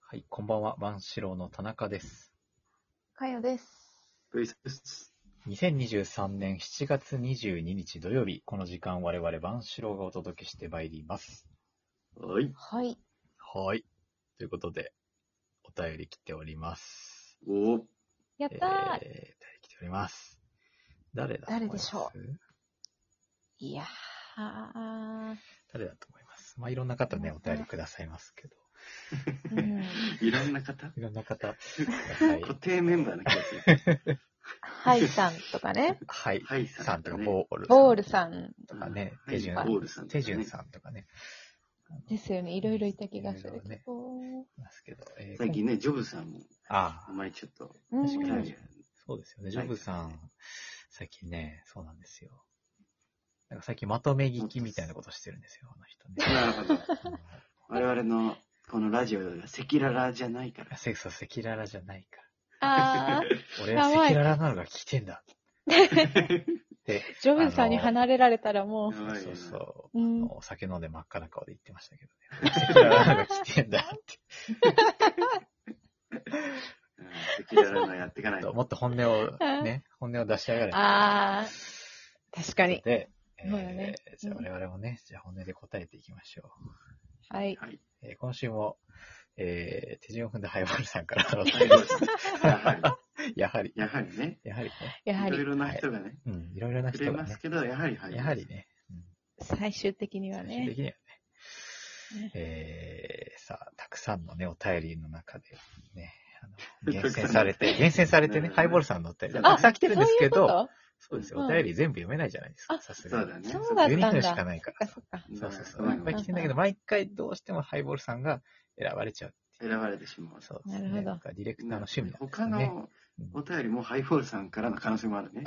はい、こんばんは、万志郎の田中です。かよです。ルイスです。 2023年7月22日土曜日、この時間我々万志郎がお届けしてまいります。はい。はい。はい。ということで、お便り来ております。おーやったえー、ー、お便り来ております。誰だ誰でしょと思いますいや ー、誰だと思います。まあ、いろんな方ね、お便りくださいますけど。うん、いろんな方いろんな 方、はい固、定メンバーの気がす る。ハイさんとかね、はい、はいささんんととか、かねボールボールんさんとかね、手順はい、ボールさんとか手ね。順さんとかね、ですよね。いろいろいた気がするいろいろねけど。いますけど、えー最近ね、ジョブさんも、あああ、まりちょっと、うん確か興に味がそうですよね。ジはョいブさん、最近ね、そうなんですよ。なんか最近まとめ聞きみたいなことしてるんですよ、あの人ね。 なるほど。うん我々のこのラジオが赤裸々じゃないから。セクサセキララじゃないかあら。ー、俺はやばセいキララなのが聞いてんだ。で、ジョブさんに離れられたらもやばいそうよなそう。う、うんあの、お酒飲んで真っ赤な顔で言ってましたけど ね。セキララなのが聞いてんだって。うん赤裸々のやっていかないと。もっと本音をね、本音を出し上がれ。あー、確かに。で、えそうだねー、じゃあうん我々もね、じゃあ本音で答えていきましょう。はい。はい。えー今週も、えー手順を踏んでハイボールさんからお便はいりをやはり、やはり、やはりね、やはりね。やはいろいり、ろな人がね、うん、いろいろなく人れがまねす。けど、やはり、はい。やはりね。うん最終的には最終ね的。にはねね。えー、さあ、たくさんのね、お便りの中で、ね、あの、厳選されて、厳選されてね、うんハイボールさんのお便り、あたくさん来てるんですけそういうど、こそうですよ、うんお便り全部読めないじゃないですか、あさすそうがに。だね。そうだっ12たん分しかないかとら。そっか。そうそうそう。んいっぱい来てんだけど、毎回どうしてもハイボールさんが選ばれちゃうっていう。選ばれてしまう。そうですなね。るほどんかディレクターの趣味なんです他よね。のうんお便りもハイボールさんからの可能性もあるね。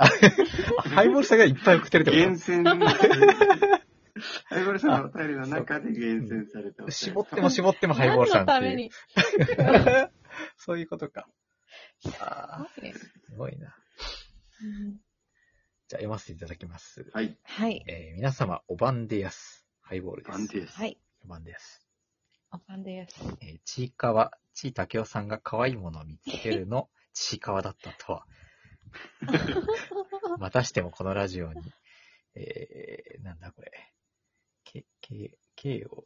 ハイボールさんがいっぱい送ってるってこと厳選。ハイボールさんのお便りの中で厳選されたお便り。絞っても絞ってもハイボールさん何のたってめいう。に。 そういうことか。あすごいねーすごいな。うんじゃあ読ませていただきます。はい。はい。えー皆様、おばんでやす。ハイボールです。バンです。はい。おばんでやす。おばんです。えーちいかわ、ちいたけおさんが可愛いものを見つけるの、ちいかわだったと は。またしてもこのラジオに、えー、なんだこれ。け、け、けを、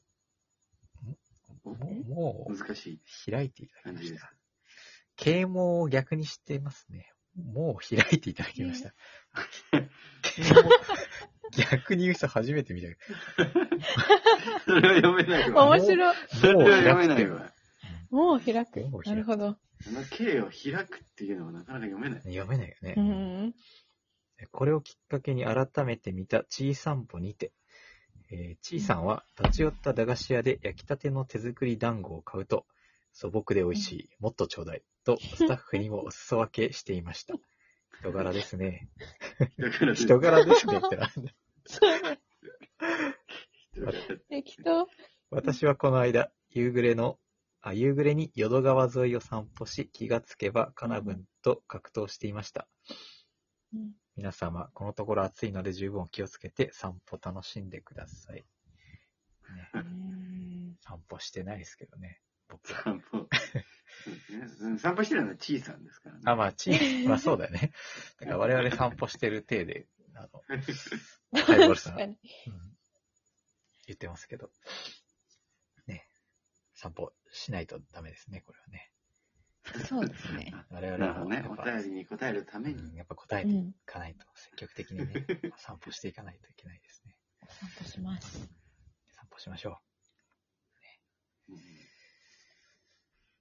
おもう、もう、難しい。開いていただきま感じしでた。啓蒙を逆にしてますね。もう開いていただきました。啓蒙、逆に言う人初めて見たけそれは読めないわ。面白い。それど。もうは読め開くないわ。もう開く。もう開くなるほど。あの K を開くっていうのもなかなか読めない。読めないよね。うん。これをきっかけに改めて見たちい散歩にて、えー、ちいさんは立ち寄った駄菓子屋で焼きたての手作り団子を買うと、素朴で美味しい、もっとちょうだい、とスタッフにもお裾分けしていま した。人柄ですね。だから、人柄ですねってなんだ人柄適当。私はこの間、夕暮れの、あ、夕暮れに淀川沿いを散歩し、気がつけばカナブンと格闘していました。うん皆様、このところ暑いので十分お気をつけて散歩楽しんでください。ね、散歩してないですけどね。 僕は。散歩。そうですね散歩してるのはちいさんですからね。あ、まあ、チーまあそうだよね。だから我々散歩してる体で、あの、 ハイボールさん確かに。うん言ってますけど。ね。散歩しないとダメですね、これはね。そうですね。我なる々ほどもやね。っおぱ、便りに答えるためにう。んやっぱ答えうていん。かないと、積極的にね、 散歩していかないといけないですね。散歩します。散歩しましょう。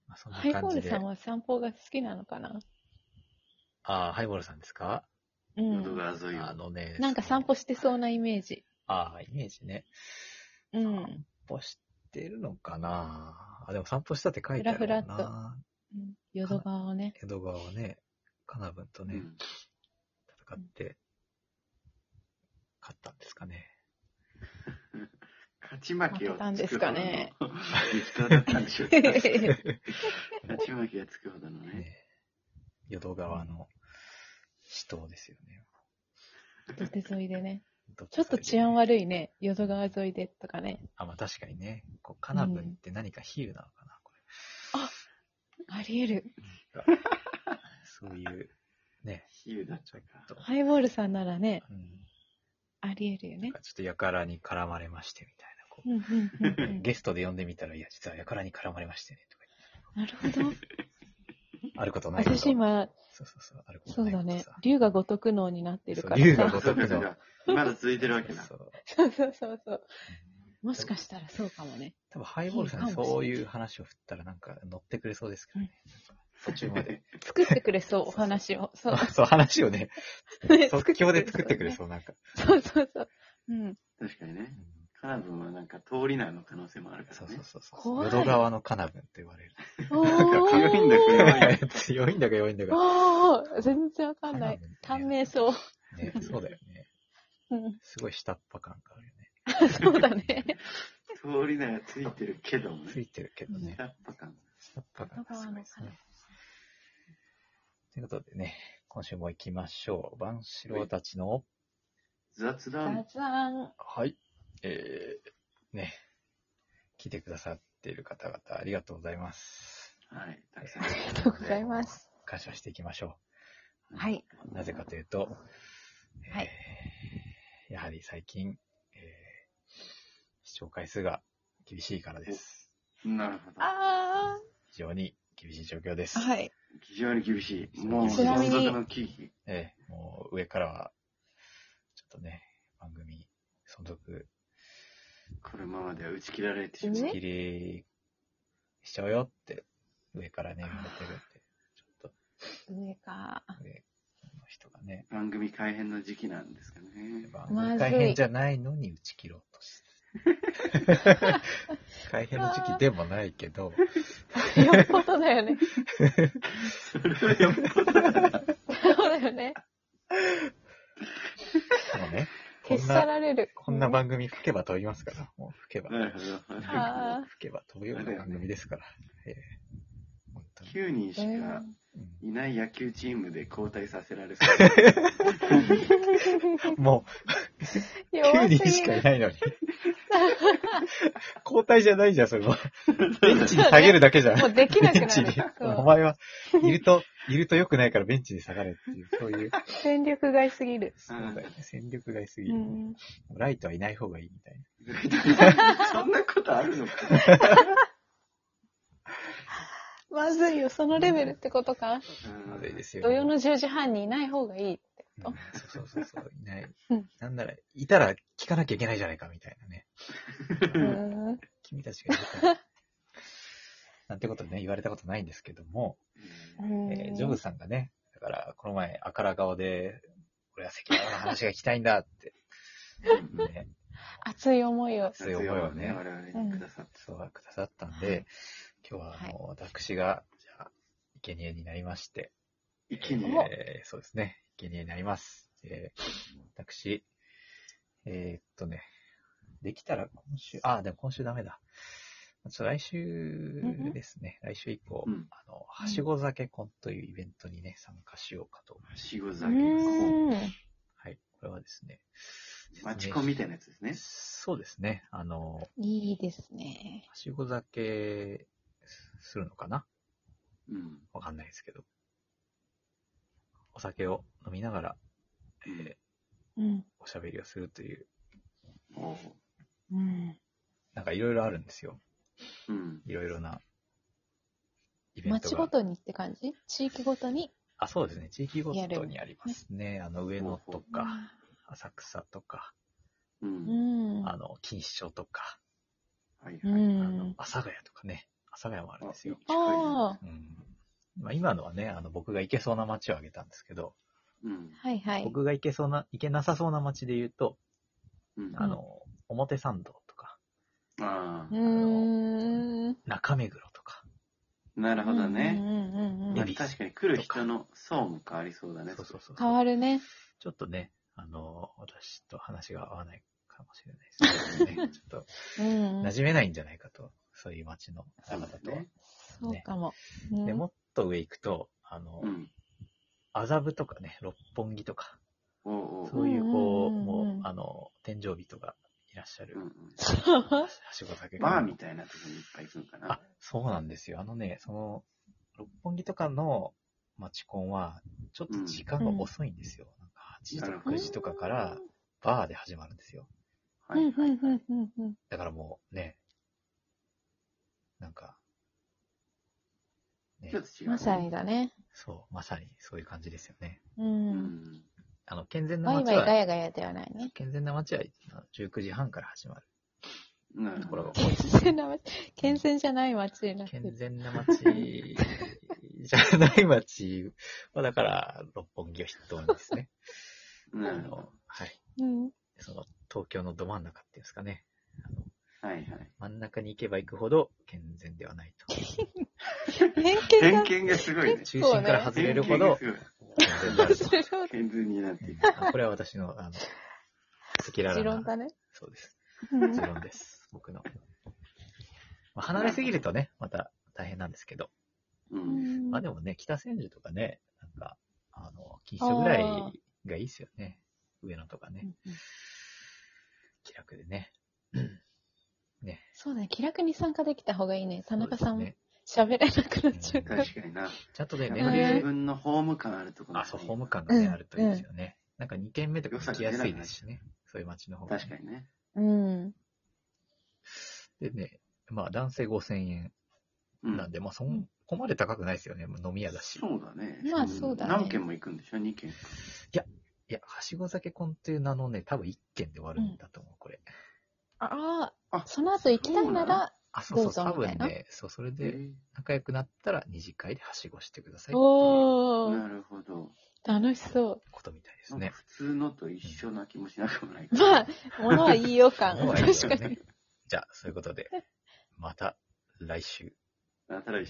まあ、そんなハイ感ボーじルで。さんは散歩が好きなのかなああ、ハイボールさんですか、ううん淀ん。川沿いあを。のね。なんか散歩してそうなイメージ。ああ、イメージね。うん。散歩してるのかなあ、でも散歩したって書いてあるもんふらふらな。うん淀川をね。江戸川をね、カナブンとうね、ん戦って、勝ったんですかね。勝ち負け負をけたんですかね。 リスターだったんでし ょうか。勝うち負けがつくほどのね。ね淀川の死闘ですよね。ん土手沿いでね。どちょっと治安悪いね。淀川沿いでとかね。あ、まあ確かにね。こうカナブンって何か比喩なのかな、これ。あり得る。そういう、ね、 比喩だっちたょっか。と、ハイボールさんならね、うん、あり得るよね。ちょっとやからに絡まれましてみたいな、こうんうんうんう、 うん。ゲストで呼んでみたら、いや、実はやからに絡まれましてね、とかな るほど。言ってあることないこと。私今、そうそうそう、あることそなういこだとねさ。龍が如くのになってるからそう龍がさ。如くのが まだ続いてるわけだ。そう そうそうそうそう。もしかしたらそうかもね。多分ハイボールさんいいかもしれないそういう話を振ったらなんか乗ってくれそうですけどね。なんか途中まで。作ってくれそう、お話を。そ う。そう、話を ね、ね即興で作ってくれそう、なんか。そうそうそう。うん。確かにうね。んカナブンはなんか通りなの可能性もあるかそらうそうね。そうそう。怖い淀川のカナブンって言われる。お強いんだけー。ど強いんだか 弱いんだか。おー全然わかんない。短命そう。ね、そうだよね。うん。すごい下っ端感があるよね。そうだね。通りながついてるけどもつね。いてるけどね。下っ端感。下っ端感がすごいですね。ということでね、今週も行きましょう。万四郎たちの、雑ザ談。ザン。はい、えー、ね、来てくださっている方々、ありがとうございます。はい。たくさん。ありがとうございます。感謝していきましょはい。う。なぜかというと、えーはいやはり最近、えー視聴回数が厳しいからです。なるほど。あ非常に厳しい状況です。ー。はい。非常に厳しい。もう、ちなみに存続の危機。ええ、もう上からは、ちょっとね、番組、存続、このままでは打ち切られてしえまう。打ち切りしちゃうよって、上からね、言われてるんで、ちょっ上か。と上の人がね、番組改編の時期なんです かね。番ま組ずい改編じゃないのに打ち切ろうとして。改編の時期でもないけど、よっぽどだよね。それはよっぽどだなそうだよね。でもね、こ消んし去な、られる。こんな番組吹けば飛びますから、もう吹けば、なるほど。あ吹けば飛ぶような番組ですから。ええ本当に9人ー。しうかんうんいない野球チームで交代させら れそう。 もう、弱9すぎる人しかいないのに。交代じゃないじゃん、それは。ベンチに下げるだけじゃん。もうできなくベ なンチるに。。そうお前は、いると、いると良くないからベンチに下がれっていう、そういう。戦力外すぎる。そうだよね。戦力外すぎうる。ん。ライトはいない方がいいみたいそんなことあるのか。。まずいよ、そのレベルってことか。な。まずいですすよ。土曜の10時半にいない方がいい。うんそうそうそうそう。いないうん。なんなら、いたら聞かなきゃいけないじゃないかみたいなね。うん。君たちがいるから。なんてことね、言われたことないんですけども。えージョブズさんがね、だから、この前、あから顔で、俺は赤裸々な話が聞きたいんだって、ね、熱い思いを。そういう思いをね我々にくださって。そうはくださったんで、今日は、あの、私が、じゃあ、生贄になりまして、一気にね。えーそうですね、生贄になります。えー私、えーっとね、できたら今週、あ、でも今週ダメだ。ちょっと来週うんうんですね、来週以降、うんあの、はしご酒コンというイベントにね、参加しようかと思います。しごう酒。ん。はい、これはですね、待ち込みみたいなやつですね。そうですね。あの、いいですね。はしご酒するのかなうん。わかんないですけど。お酒を飲みながら、えーうん。おしゃべりをするという、おううん。なんかいろいろあるんですよ。うん。いろいろなイベント町ごが。とにって感じ地域ごとに。あ、そうですね。地域ごとにありますね。あの、上野とか、浅草とか、う。うんん。あの、錦糸町とか、はいうはい。あの、ん。阿佐ヶ谷とかね。阿佐ヶ谷もあるんですよ。ああ。うん。まあ今のはね、あの、僕が行けそうな街を挙げたんですけど、うん。はいはい。僕が行けそうな、行けなさそうな街で言うと、うん。ああの、表参道とか、あう。ーん。中目黒とか、なるほどうね。んうんうんまうあん。確かに来る人の層も変わりそうだね。そうそうそう。変わるね。ちょっとね、あの、私と話が合わないかもしれないですけど ね、ちょっうと、んう馴ん。染めないんじゃないかと、そういう街のそう方々だとはね。そうかも。うんで、もっと上行くと、あのう、ん。麻布とかね、六本木とか、おうおう。そういうこう、うんうんうんもう、あの、天井人がいらっしゃうんうる、ん はしご酒バーがみたいなとこにいっぱい行くのかなあ。、そうなんですよ。あのね、その、六本木とかの街コンは、ちょっと時間が遅いんですよ。なんか8時となるかほ9ど時とかから、バーで始まるんですよ。うはんい。うんはい。うんうんうん。だからもうね、なんか、ねちょっ、と違う。まさにだね。そう、まさにそういう感じですよね。う。うんん。あの、健全なワイ街ワイガは、ヤガヤではないね。健全な街はあの19時半から始まる。なるとこほろがど。多い健全な街、健全じゃない街になって健る。全な街じゃない街は、だから、六本木を筆頭にですね。 なあるほどの、はい。うん。その、東京のど真ん中っていうんですかね。あのはいはい。真ん中に行けば行くほど健全ではないと。偏見偏だ。見がすごいね。中心から 外れるほ偏見がどすご健全であると。い健全になっていく。あこれは私の、あの、赤 持裸論々な、だね。そうです。うん持論です。僕の。まあ、離れすぎるとね、また大変なんですけど。うう。んんまあでもね、北千住とかね、なんか、あの、錦糸町ぐらいがいいですよね。上野とかね、気楽でね。ね。そうだね。気楽に参加できた方がいいね。田中さそうんですね、喋れなくなっちゃうから。確かにな。ちゃんとね、やっ年ぱり齢自、分のホーム感あるところ、あ、そう、ホーム感がね、うんあるといいですよね。なんか2軒目とか良さ行がき出なやくなすっちゃういですしね。そういう街の方が、確かにね。うん。でね、まあ男性5000円うなんで、まあそん、ここまで高くないですよね。飲み屋だし。そうだね。まあんそうだね何軒も行くんでしょ ?2 軒。いや、はしご酒コンっていう名のね、多分1軒で終わるんだと思う、これ。あああ、その後行きたいなら、あ、そうそどう、うぞ多分みたいね、そう、それえで仲良くなったら二次会ではしごしてくださいっていうおー、なるほど。楽しそことみたいですなんかね。普通のと一緒な気もしなくもない。う。まあ、物はいいよ感。もうあれですよ確かに。ね。じゃあ、そういうことで、また来週。新しい。